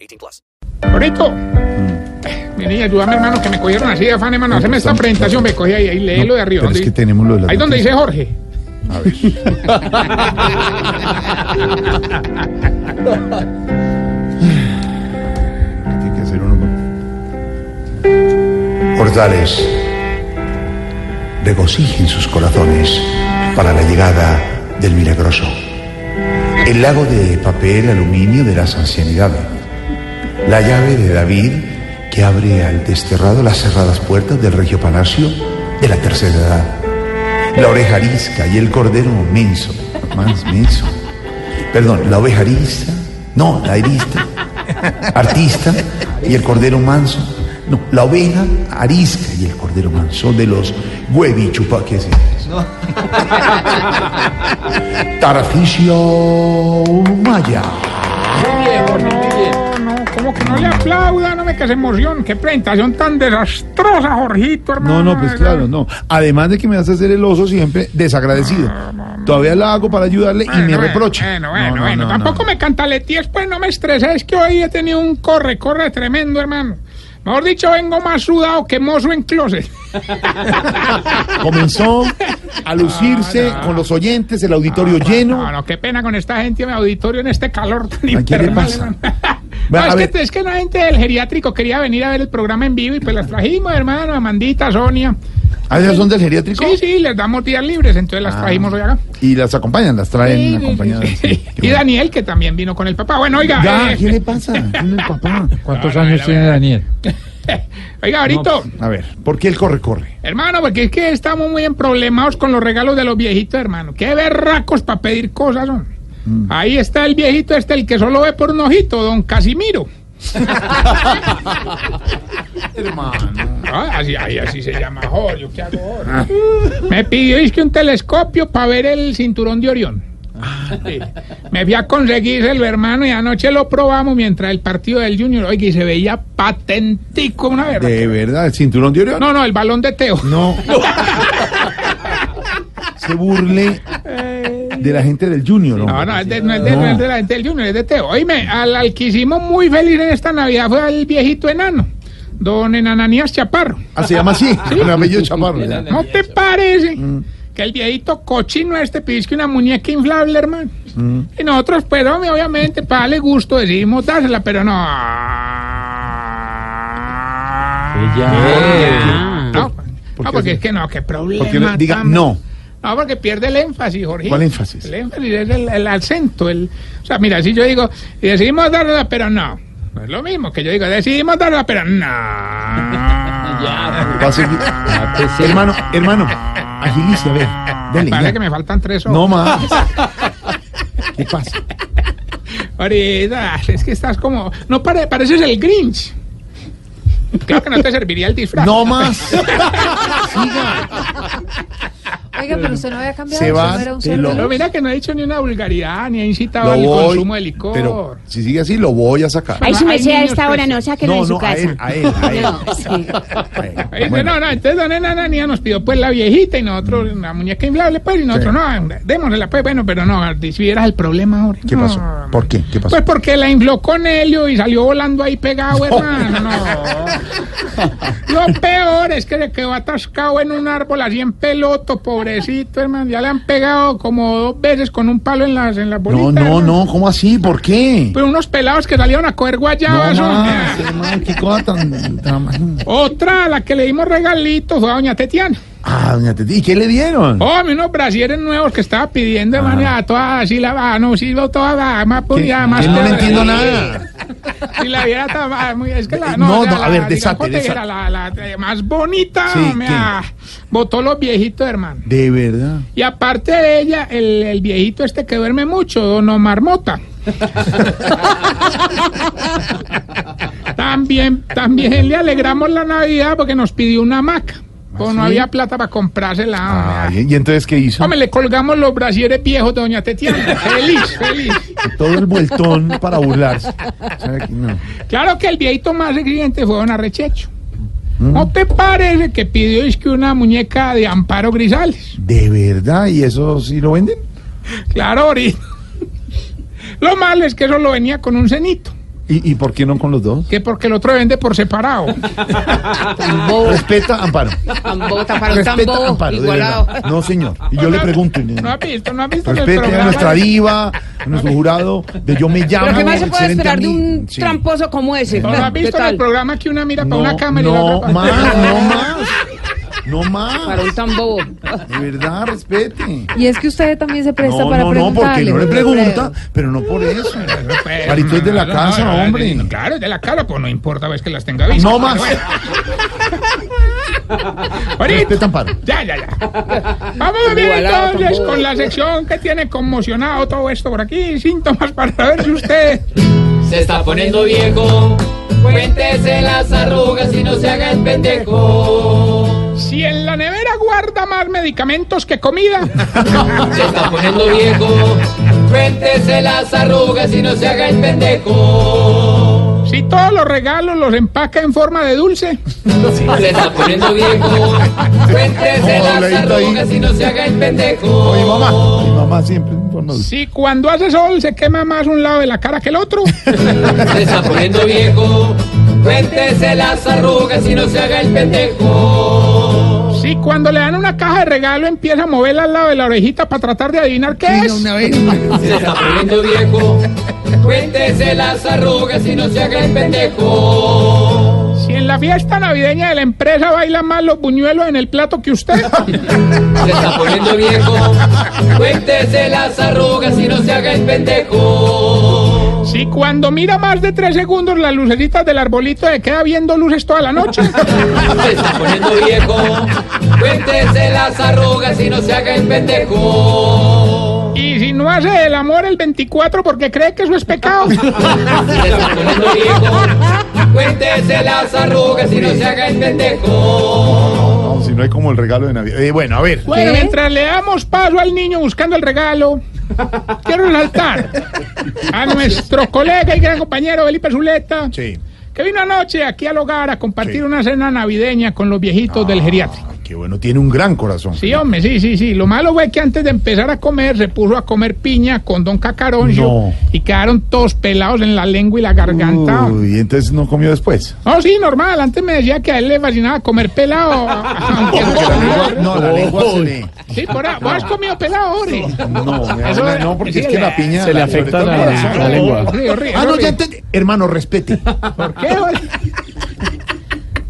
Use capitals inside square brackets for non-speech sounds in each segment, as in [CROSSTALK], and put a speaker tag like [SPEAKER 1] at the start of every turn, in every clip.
[SPEAKER 1] 18 plus.
[SPEAKER 2] Lorito. Eh, Vení, ayúdame, hermano, que me cogieron así de afán, hermano. Haceme esta presentación, me cogí ahí, ahí léelo de arriba.
[SPEAKER 3] Pero es
[SPEAKER 2] ¿dónde-
[SPEAKER 3] que tenemos lo de las
[SPEAKER 2] Ahí donde dice
[SPEAKER 3] noticias.
[SPEAKER 2] Jorge.
[SPEAKER 3] A ver. Tiene que hacer uno con-
[SPEAKER 4] Portales, regocijen sus corazones para la llegada del milagroso. El lago de papel aluminio de las ancianidades. La llave de David que abre al desterrado las cerradas puertas del regio palacio de la tercera edad. La oreja arisca y el cordero menso. Más menso. Perdón, la oveja arista. No, la arista. Artista y el cordero manso. No, la oveja arisca y el cordero manso de los huevi chupa. ¿Qué es eso? Tarcisio Maya.
[SPEAKER 2] No, no, como que no le aplauda, no me que se emoción. Qué presentación tan desastrosa, Jorgito, hermano.
[SPEAKER 3] No, no, pues claro, no. Además de que me hace hacer el oso siempre desagradecido. Todavía la hago para ayudarle y me
[SPEAKER 2] Bueno,
[SPEAKER 3] reprocha.
[SPEAKER 2] Bueno, bueno,
[SPEAKER 3] No, no,
[SPEAKER 2] bueno.
[SPEAKER 3] no,
[SPEAKER 2] Tampoco
[SPEAKER 3] no.
[SPEAKER 2] me cantaletíes, pues no me estreses. Es que hoy he tenido un corre, corre tremendo, hermano. Mejor dicho, vengo más sudado que mozo en closet. [LAUGHS]
[SPEAKER 3] Comenzó a lucirse con los oyentes, el auditorio
[SPEAKER 2] No,
[SPEAKER 3] lleno.
[SPEAKER 2] no, qué pena con esta gente en mi auditorio en este calor tan
[SPEAKER 3] Ay, ¿qué le
[SPEAKER 2] infernal.
[SPEAKER 3] pasa?
[SPEAKER 2] hermano.
[SPEAKER 3] Va,
[SPEAKER 2] [LAUGHS] No,
[SPEAKER 3] a
[SPEAKER 2] es,
[SPEAKER 3] ver.
[SPEAKER 2] que, es que la gente del geriátrico quería venir a ver el programa en vivo y pues las trajimos, hermano, Amandita, Sonia.
[SPEAKER 3] ¿Ah, esas son del geriátrico?
[SPEAKER 2] Sí, sí, les damos días libres, entonces
[SPEAKER 3] Ah,
[SPEAKER 2] las trajimos hoy acá.
[SPEAKER 3] Y las acompañan, las traen acompañadas. sí. Qué
[SPEAKER 2] Y
[SPEAKER 3] bueno.
[SPEAKER 2] Daniel, que también vino con el papá. Bueno, oiga,
[SPEAKER 3] Ya,
[SPEAKER 2] eh,
[SPEAKER 3] ¿qué le pasa? Tiene el papá.
[SPEAKER 5] ¿Cuántos años tiene Daniel?
[SPEAKER 2] oiga, ahorita,
[SPEAKER 3] A ver, ¿por qué él corre, corre?
[SPEAKER 2] hermano, porque es que estamos muy emproblemados con los regalos de los viejitos, hermano. Qué berracos para pedir cosas, son. Ahí está el viejito este, el que solo ve por un ojito, don Casimiro.
[SPEAKER 3] Hermano.
[SPEAKER 2] Ah, así, ay, así se llama Jorge, ¿yo ¿qué hago ahora? Me pidió es que un telescopio para ver el cinturón de Orión. Sí. Me fui a conseguírselo, hermano, y anoche lo probamos mientras el partido del Junior, oiga, y se veía patentico, una verdad.
[SPEAKER 3] De verdad, el cinturón de Orión.
[SPEAKER 2] No, no, el balón de Teo.
[SPEAKER 3] No.
[SPEAKER 2] [LAUGHS]
[SPEAKER 3] Se burle de la gente del Junior.
[SPEAKER 2] No,
[SPEAKER 3] hombre.
[SPEAKER 2] Ah, no, es de, no es de, no es de la gente del Junior, es de Teo. Oíme, al, al que hicimos muy feliz en esta Navidad fue al viejito enano, don Enananías Chaparro.
[SPEAKER 3] Ah, se llama así. Con apellido Chaparro. ya.
[SPEAKER 2] ¿No te parece que el viejito cochino este pidió que una muñeca inflable, hermano? Y nosotros, pues, hombre, obviamente, para darle gusto, decidimos dársela, pero no.
[SPEAKER 3] Mm.
[SPEAKER 5] ya.
[SPEAKER 2] No,
[SPEAKER 3] ¿Por
[SPEAKER 2] no,
[SPEAKER 3] qué
[SPEAKER 2] porque
[SPEAKER 3] así?
[SPEAKER 2] es que no, qué problema.
[SPEAKER 3] Porque no- diga
[SPEAKER 2] tan-
[SPEAKER 3] no.
[SPEAKER 2] No, porque pierde el énfasis, Jorge.
[SPEAKER 3] ¿Cuál énfasis?
[SPEAKER 2] El énfasis es el, el acento. El, o sea, mira, si yo digo, decidimos dársela, pero no. No es lo mismo que yo digo, decidimos dársela, pero no.
[SPEAKER 3] Va a seguir.
[SPEAKER 2] Ah,
[SPEAKER 3] Hermano, hermano, agilice, a ver. Dale,
[SPEAKER 2] Parece
[SPEAKER 3] ya.
[SPEAKER 2] que me faltan tres horas.
[SPEAKER 3] No más. ¿Qué pasa?
[SPEAKER 2] Ahorita, es que estás como. No pare- pareces el Grinch. Claro que no te serviría el disfraz.
[SPEAKER 3] No más.
[SPEAKER 6] Oiga, pero usted no había cambiado.
[SPEAKER 3] Se
[SPEAKER 6] usted
[SPEAKER 3] va,
[SPEAKER 6] no era un
[SPEAKER 3] te lo-
[SPEAKER 6] cerdo.
[SPEAKER 2] Pero mira que no he dicho ni una vulgaridad, ni he incitado
[SPEAKER 3] Lo
[SPEAKER 2] al
[SPEAKER 3] voy-
[SPEAKER 2] consumo de licor.
[SPEAKER 3] Pero si sigue así, lo voy a sacar.
[SPEAKER 2] Ay,
[SPEAKER 7] Ay,
[SPEAKER 2] su
[SPEAKER 7] su
[SPEAKER 2] merced,
[SPEAKER 7] merced
[SPEAKER 2] a
[SPEAKER 7] a
[SPEAKER 2] esta
[SPEAKER 7] esta
[SPEAKER 2] hora
[SPEAKER 7] hora
[SPEAKER 2] no,
[SPEAKER 7] no, sáquenlo
[SPEAKER 3] No,
[SPEAKER 7] en su
[SPEAKER 3] no, a
[SPEAKER 7] casa.
[SPEAKER 3] él, a él, a él.
[SPEAKER 7] No, sí.
[SPEAKER 3] A él.
[SPEAKER 2] Ahí dice,
[SPEAKER 3] Bueno, Mm.
[SPEAKER 2] No, no, entonces Don Enanania nos pidió pues la viejita y nosotros la muñeca inflable, pues, y nosotros no, démosela, pues, bueno, pero no, si vieras el problema ahora.
[SPEAKER 3] ¿Qué
[SPEAKER 2] no.
[SPEAKER 3] pasó? ¿Por qué? ¿Qué pasó?
[SPEAKER 2] Pues porque la infló con helio y salió volando ahí pegado, hermano.
[SPEAKER 3] [LAUGHS]
[SPEAKER 2] No. Lo peor es que se quedó atascado en un árbol así en peloto, pobrecito, hermano. Ya le han pegado como dos veces con un palo en las, en las
[SPEAKER 3] No,
[SPEAKER 2] bolitas.
[SPEAKER 3] no,
[SPEAKER 2] hermano.
[SPEAKER 3] no, ¿cómo así? ¿Por qué?
[SPEAKER 2] Pero unos pelados que salieron a coger
[SPEAKER 3] No
[SPEAKER 2] guayabas. hombre.
[SPEAKER 3] más, hermano, qué cosa tan... tan-
[SPEAKER 2] [LAUGHS] Otra a la que le dimos regalitos fue a doña Tetiana.
[SPEAKER 3] Ah, doña Teti, ¿y qué le dieron?
[SPEAKER 2] Oh, unos brasieres nuevos que estaba pidiendo,
[SPEAKER 3] Ah.
[SPEAKER 2] hermano, ya toda así la va, no sirvo toda la más
[SPEAKER 3] Que-
[SPEAKER 2] ponía más.
[SPEAKER 3] que no le
[SPEAKER 2] pobre.
[SPEAKER 3] entiendo nada. Eh,
[SPEAKER 2] Si la viera tan ah, muy- es que la
[SPEAKER 3] No,
[SPEAKER 2] o sea,
[SPEAKER 3] no, a
[SPEAKER 2] la- digamos,
[SPEAKER 3] ver, desate,
[SPEAKER 2] te dijera,
[SPEAKER 3] desate.
[SPEAKER 2] la, la, eh, más bonita,
[SPEAKER 3] Sí,
[SPEAKER 2] me
[SPEAKER 3] ¿quién?
[SPEAKER 2] ah, botó los viejitos, hermano.
[SPEAKER 3] De verdad. [LAUGHS]
[SPEAKER 2] Y aparte de ella, el, el viejito este que duerme mucho, don Omar Mota. También, también le alegramos la Navidad porque nos pidió una hamaca. Pues no había plata para comprársela.
[SPEAKER 3] Ah,
[SPEAKER 2] hombre.
[SPEAKER 3] ¿y, y entonces qué hizo?
[SPEAKER 2] Hombre, le colgamos los brasieres viejos de doña
[SPEAKER 3] [LAUGHS]
[SPEAKER 2] Tetiana. Feliz, feliz.
[SPEAKER 3] Todo el vueltón para burlarse. O sea, que no.
[SPEAKER 2] Claro que el viejito más exigente fue don Arrechecho.
[SPEAKER 3] Mm.
[SPEAKER 2] ¿No te parece que pidió es que una muñeca de Amparo Grisales?
[SPEAKER 3] ¿De verdad? ¿Y eso sí lo venden?
[SPEAKER 2] Claro, ahorita. Lo malo es que eso lo venía con un cenito,
[SPEAKER 3] ¿Y, y por qué no con los dos?
[SPEAKER 2] que porque el otro vende por separado.
[SPEAKER 3] Respeta Amparo.
[SPEAKER 6] Tambo, taparon
[SPEAKER 3] Respeta
[SPEAKER 6] tambo,
[SPEAKER 3] Amparo, de
[SPEAKER 6] igualado.
[SPEAKER 3] verdad. No, señor. Y yo le pregunto. y-
[SPEAKER 2] No ha visto, no ha visto que el
[SPEAKER 3] Respete a
[SPEAKER 2] programa-
[SPEAKER 3] nuestra diva, a nuestro jurado de Yo Me Llamo.
[SPEAKER 5] Pero ¿qué más se puede
[SPEAKER 3] excelente
[SPEAKER 5] esperar de
[SPEAKER 3] ami-
[SPEAKER 5] un
[SPEAKER 3] Sí.
[SPEAKER 5] tramposo como ese?
[SPEAKER 2] No ha
[SPEAKER 5] ¿Qué
[SPEAKER 2] visto en
[SPEAKER 5] tal?
[SPEAKER 2] el programa que una mira
[SPEAKER 3] No,
[SPEAKER 2] para una cámara y la
[SPEAKER 3] no,
[SPEAKER 2] otra para
[SPEAKER 3] más, no más. No
[SPEAKER 5] Para un
[SPEAKER 3] más.
[SPEAKER 5] tan bobo.
[SPEAKER 3] De verdad, respete.
[SPEAKER 6] Y es que usted también se presta
[SPEAKER 3] No,
[SPEAKER 6] para
[SPEAKER 3] no, no, porque
[SPEAKER 6] preguntarle.
[SPEAKER 3] no le
[SPEAKER 6] don
[SPEAKER 3] pregunta,
[SPEAKER 6] Alfredo.
[SPEAKER 3] pero no por eso.
[SPEAKER 2] Pues,
[SPEAKER 3] Marito es de la
[SPEAKER 2] no,
[SPEAKER 3] casa,
[SPEAKER 2] no, no,
[SPEAKER 3] hombre.
[SPEAKER 2] no, Claro, es de la casa, pues no importa ves que las tenga vistas.
[SPEAKER 3] No más.
[SPEAKER 2] Ahorita.
[SPEAKER 3] Respeta Amparo.
[SPEAKER 2] Ya, ya, ya. Vamos a ver
[SPEAKER 5] Igualado,
[SPEAKER 2] entonces
[SPEAKER 5] tampoco.
[SPEAKER 2] con la sección que tiene conmocionado todo esto por aquí. Síntomas para ver si usted.
[SPEAKER 7] Se está poniendo viejo. Cuéntese las arrugas y no se haga el pendejo.
[SPEAKER 2] Si en la nevera guarda más medicamentos que comida.
[SPEAKER 7] Se está poniendo viejo. Cuéntese las arrugas y no se haga el pendejo.
[SPEAKER 2] Si todos los regalos los empaca en forma de dulce.
[SPEAKER 7] Se está poniendo viejo. Cuéntese
[SPEAKER 3] No,
[SPEAKER 7] las
[SPEAKER 3] Leito, ahí.
[SPEAKER 7] arrugas y no se haga el
[SPEAKER 3] Oye,
[SPEAKER 7] pendejo.
[SPEAKER 3] mamá. Mi mamá siempre en forma de-
[SPEAKER 2] Si cuando hace sol se quema más un lado de la cara que el otro.
[SPEAKER 7] Se está poniendo viejo. Cuéntese las arrugas y no se haga el pendejo.
[SPEAKER 2] Si cuando le dan una caja de regalo empieza a moverla al lado de la orejita para tratar de adivinar qué es.
[SPEAKER 7] Se está poniendo viejo. Cuéntese las arrugas y no se haga el pendejo.
[SPEAKER 2] Si en la fiesta navideña de la empresa bailan más los buñuelos en el plato que usted.
[SPEAKER 7] Se está poniendo viejo. Cuéntese las arrugas y no se haga el pendejo.
[SPEAKER 2] Si cuando mira más de tres segundos las lucecitas del arbolito le queda viendo luces toda la noche.
[SPEAKER 7] Se está poniendo viejo. Cuéntese las arrugas y no se haga el pendejo.
[SPEAKER 2] Y si no hace el amor el 24 porque cree que eso es pecado.
[SPEAKER 7] Se está poniendo viejo. Cuéntese las arrugas y no se haga el pendejo.
[SPEAKER 3] No, si no hay como el regalo de Navidad. Eh, bueno, a ver.
[SPEAKER 2] Bueno,
[SPEAKER 6] ¿Qué?
[SPEAKER 2] mientras le damos paso al niño buscando el regalo, quiero resaltar a nuestro colega y gran compañero Felipe Zuleta,
[SPEAKER 3] Sí.
[SPEAKER 2] que vino anoche aquí al hogar a compartir
[SPEAKER 3] Sí. Ah.
[SPEAKER 2] una cena navideña con los viejitos del geriátrico.
[SPEAKER 3] Ay, qué bueno, tiene un gran corazón.
[SPEAKER 2] Sí, hombre, sí, sí, sí. Lo malo fue que antes de empezar a comer se puso a comer piña con don Cacaroncio
[SPEAKER 3] No.
[SPEAKER 2] y quedaron todos pelados en la lengua y la garganta.
[SPEAKER 3] Uy, entonces no comió después.
[SPEAKER 2] No, sí, normal. Antes me decía que a él le fascinaba comer [LAUGHS] pelado. aunque-
[SPEAKER 3] Porque la lengua- no, la lengua se le.
[SPEAKER 2] Sí, por ahí. ¿Vos has comido pelado, hombre?
[SPEAKER 3] No,
[SPEAKER 2] Eso
[SPEAKER 3] no,
[SPEAKER 2] es-
[SPEAKER 3] no, porque
[SPEAKER 2] sí,
[SPEAKER 3] es que la piña
[SPEAKER 8] se le
[SPEAKER 3] la-
[SPEAKER 8] afecta
[SPEAKER 2] Ah,
[SPEAKER 3] sobre todo el
[SPEAKER 8] la-
[SPEAKER 3] corazón.
[SPEAKER 8] la lengua.
[SPEAKER 2] Río, río,
[SPEAKER 3] Ah, no,
[SPEAKER 2] río.
[SPEAKER 3] ya entendí. Hermano, respete.
[SPEAKER 2] ¿Por qué, hombre?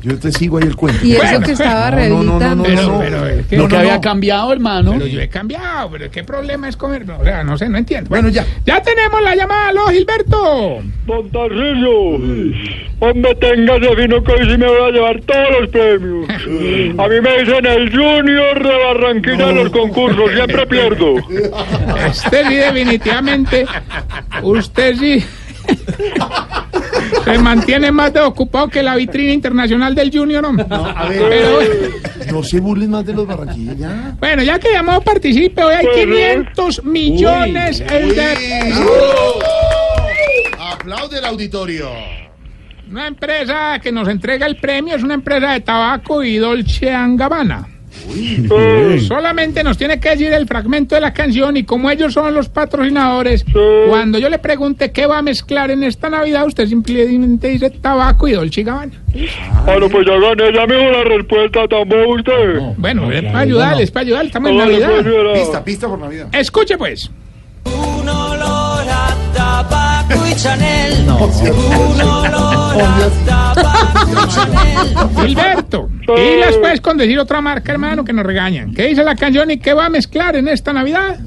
[SPEAKER 3] Yo te sigo ahí el cuento.
[SPEAKER 6] Y eso
[SPEAKER 2] Bueno,
[SPEAKER 6] que estaba
[SPEAKER 3] no, no, no, no,
[SPEAKER 6] rehabilitando.
[SPEAKER 2] Pero,
[SPEAKER 3] no.
[SPEAKER 2] pero, es que-
[SPEAKER 3] No,
[SPEAKER 8] Lo que
[SPEAKER 3] no,
[SPEAKER 8] había
[SPEAKER 3] no.
[SPEAKER 8] cambiado, hermano.
[SPEAKER 2] Pero yo he cambiado, pero ¿qué problema es comer? No, O sea, no sé, no entiendo.
[SPEAKER 3] Bueno, ya.
[SPEAKER 2] Ya tenemos la llamada, ¿no, Gilberto?
[SPEAKER 9] Don Tarrillo, hombre, tenga ese vino que hoy sí me voy a llevar todos los premios. A mí me dicen el Junior de Barranquilla en los concursos, siempre pierdo.
[SPEAKER 2] Este sí, definitivamente. Usted sí. Se mantiene más de ocupado que la vitrina internacional del Junior, hombre.
[SPEAKER 3] A
[SPEAKER 2] Pero,
[SPEAKER 3] ver, no se burlen más de los barranquillos, ya.
[SPEAKER 2] bueno, ya que llamó, participe. Hoy hay 500 millones en de...
[SPEAKER 3] Aplaude el auditorio.
[SPEAKER 2] Una empresa que nos entrega el premio es una empresa de tabaco y Dolce and Gabbana. Solamente nos tiene que decir el fragmento de la canción y como ellos son los patrocinadores, cuando yo le pregunte qué va a mezclar en esta Navidad, usted simplemente dice tabaco y Dolce y Gabbana.
[SPEAKER 9] Bueno, pues ya gané, ya me dio la respuesta, tampoco usted.
[SPEAKER 2] Bueno, es para ayudarles, es para ayudar, estamos en
[SPEAKER 9] Todo le fue
[SPEAKER 2] Navidad.
[SPEAKER 9] liberado.
[SPEAKER 3] Pista, pista por Navidad.
[SPEAKER 2] Escuche pues.
[SPEAKER 7] Un olor a tabaco y Chanel.
[SPEAKER 6] Oh,
[SPEAKER 7] Un olor
[SPEAKER 3] Obvio.
[SPEAKER 7] tabaco y Chanel.
[SPEAKER 2] Gilberto. Y después con decir otra marca, hermano, que nos regañan. ¿Qué dice la canción y qué va a mezclar en esta Navidad?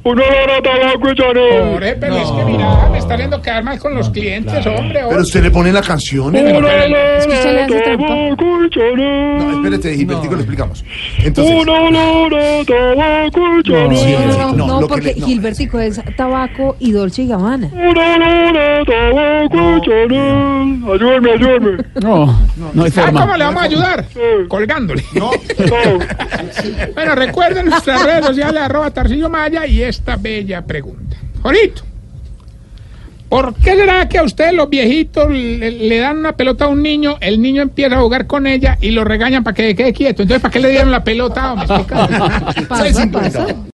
[SPEAKER 9] Un olor a tabaco y chanel.
[SPEAKER 2] Pobre, pero es que mira, me está haciendo quedar mal con los clientes, hombre.
[SPEAKER 4] Pero
[SPEAKER 2] hombre.
[SPEAKER 4] usted le pone la canción.
[SPEAKER 9] Un
[SPEAKER 4] ¿eh?
[SPEAKER 9] olor a
[SPEAKER 6] que usted le hace trampa.
[SPEAKER 9] tabaco y chanel.
[SPEAKER 4] No, espérate, Gilbertico, le explicamos. Entonces,
[SPEAKER 9] Un olor a tabaco y
[SPEAKER 4] sí,
[SPEAKER 9] chanel.
[SPEAKER 4] Gilbertico,
[SPEAKER 6] No, no,
[SPEAKER 4] lo que
[SPEAKER 6] porque
[SPEAKER 4] le- no.
[SPEAKER 6] Gilbertico es tabaco y Dolce y Gabbana.
[SPEAKER 9] Un olor a tabaco y chanel. Ayúdenme, ayúdenme.
[SPEAKER 2] [LAUGHS] Ah, ¿cómo le vamos a ayudar? Colgándole.
[SPEAKER 9] Chao.
[SPEAKER 2] Bueno, recuerden nuestras redes sociales, arroba Tarcillo Maya y esta bella pregunta. Jorito, ¿por qué será que a ustedes los viejitos le, le dan una pelota a un niño, el niño empieza a jugar con ella y lo regañan para que quede quieto? Entonces, ¿para qué le dieron la pelota? hombre? Explícame.
[SPEAKER 6] Pasa, pasa.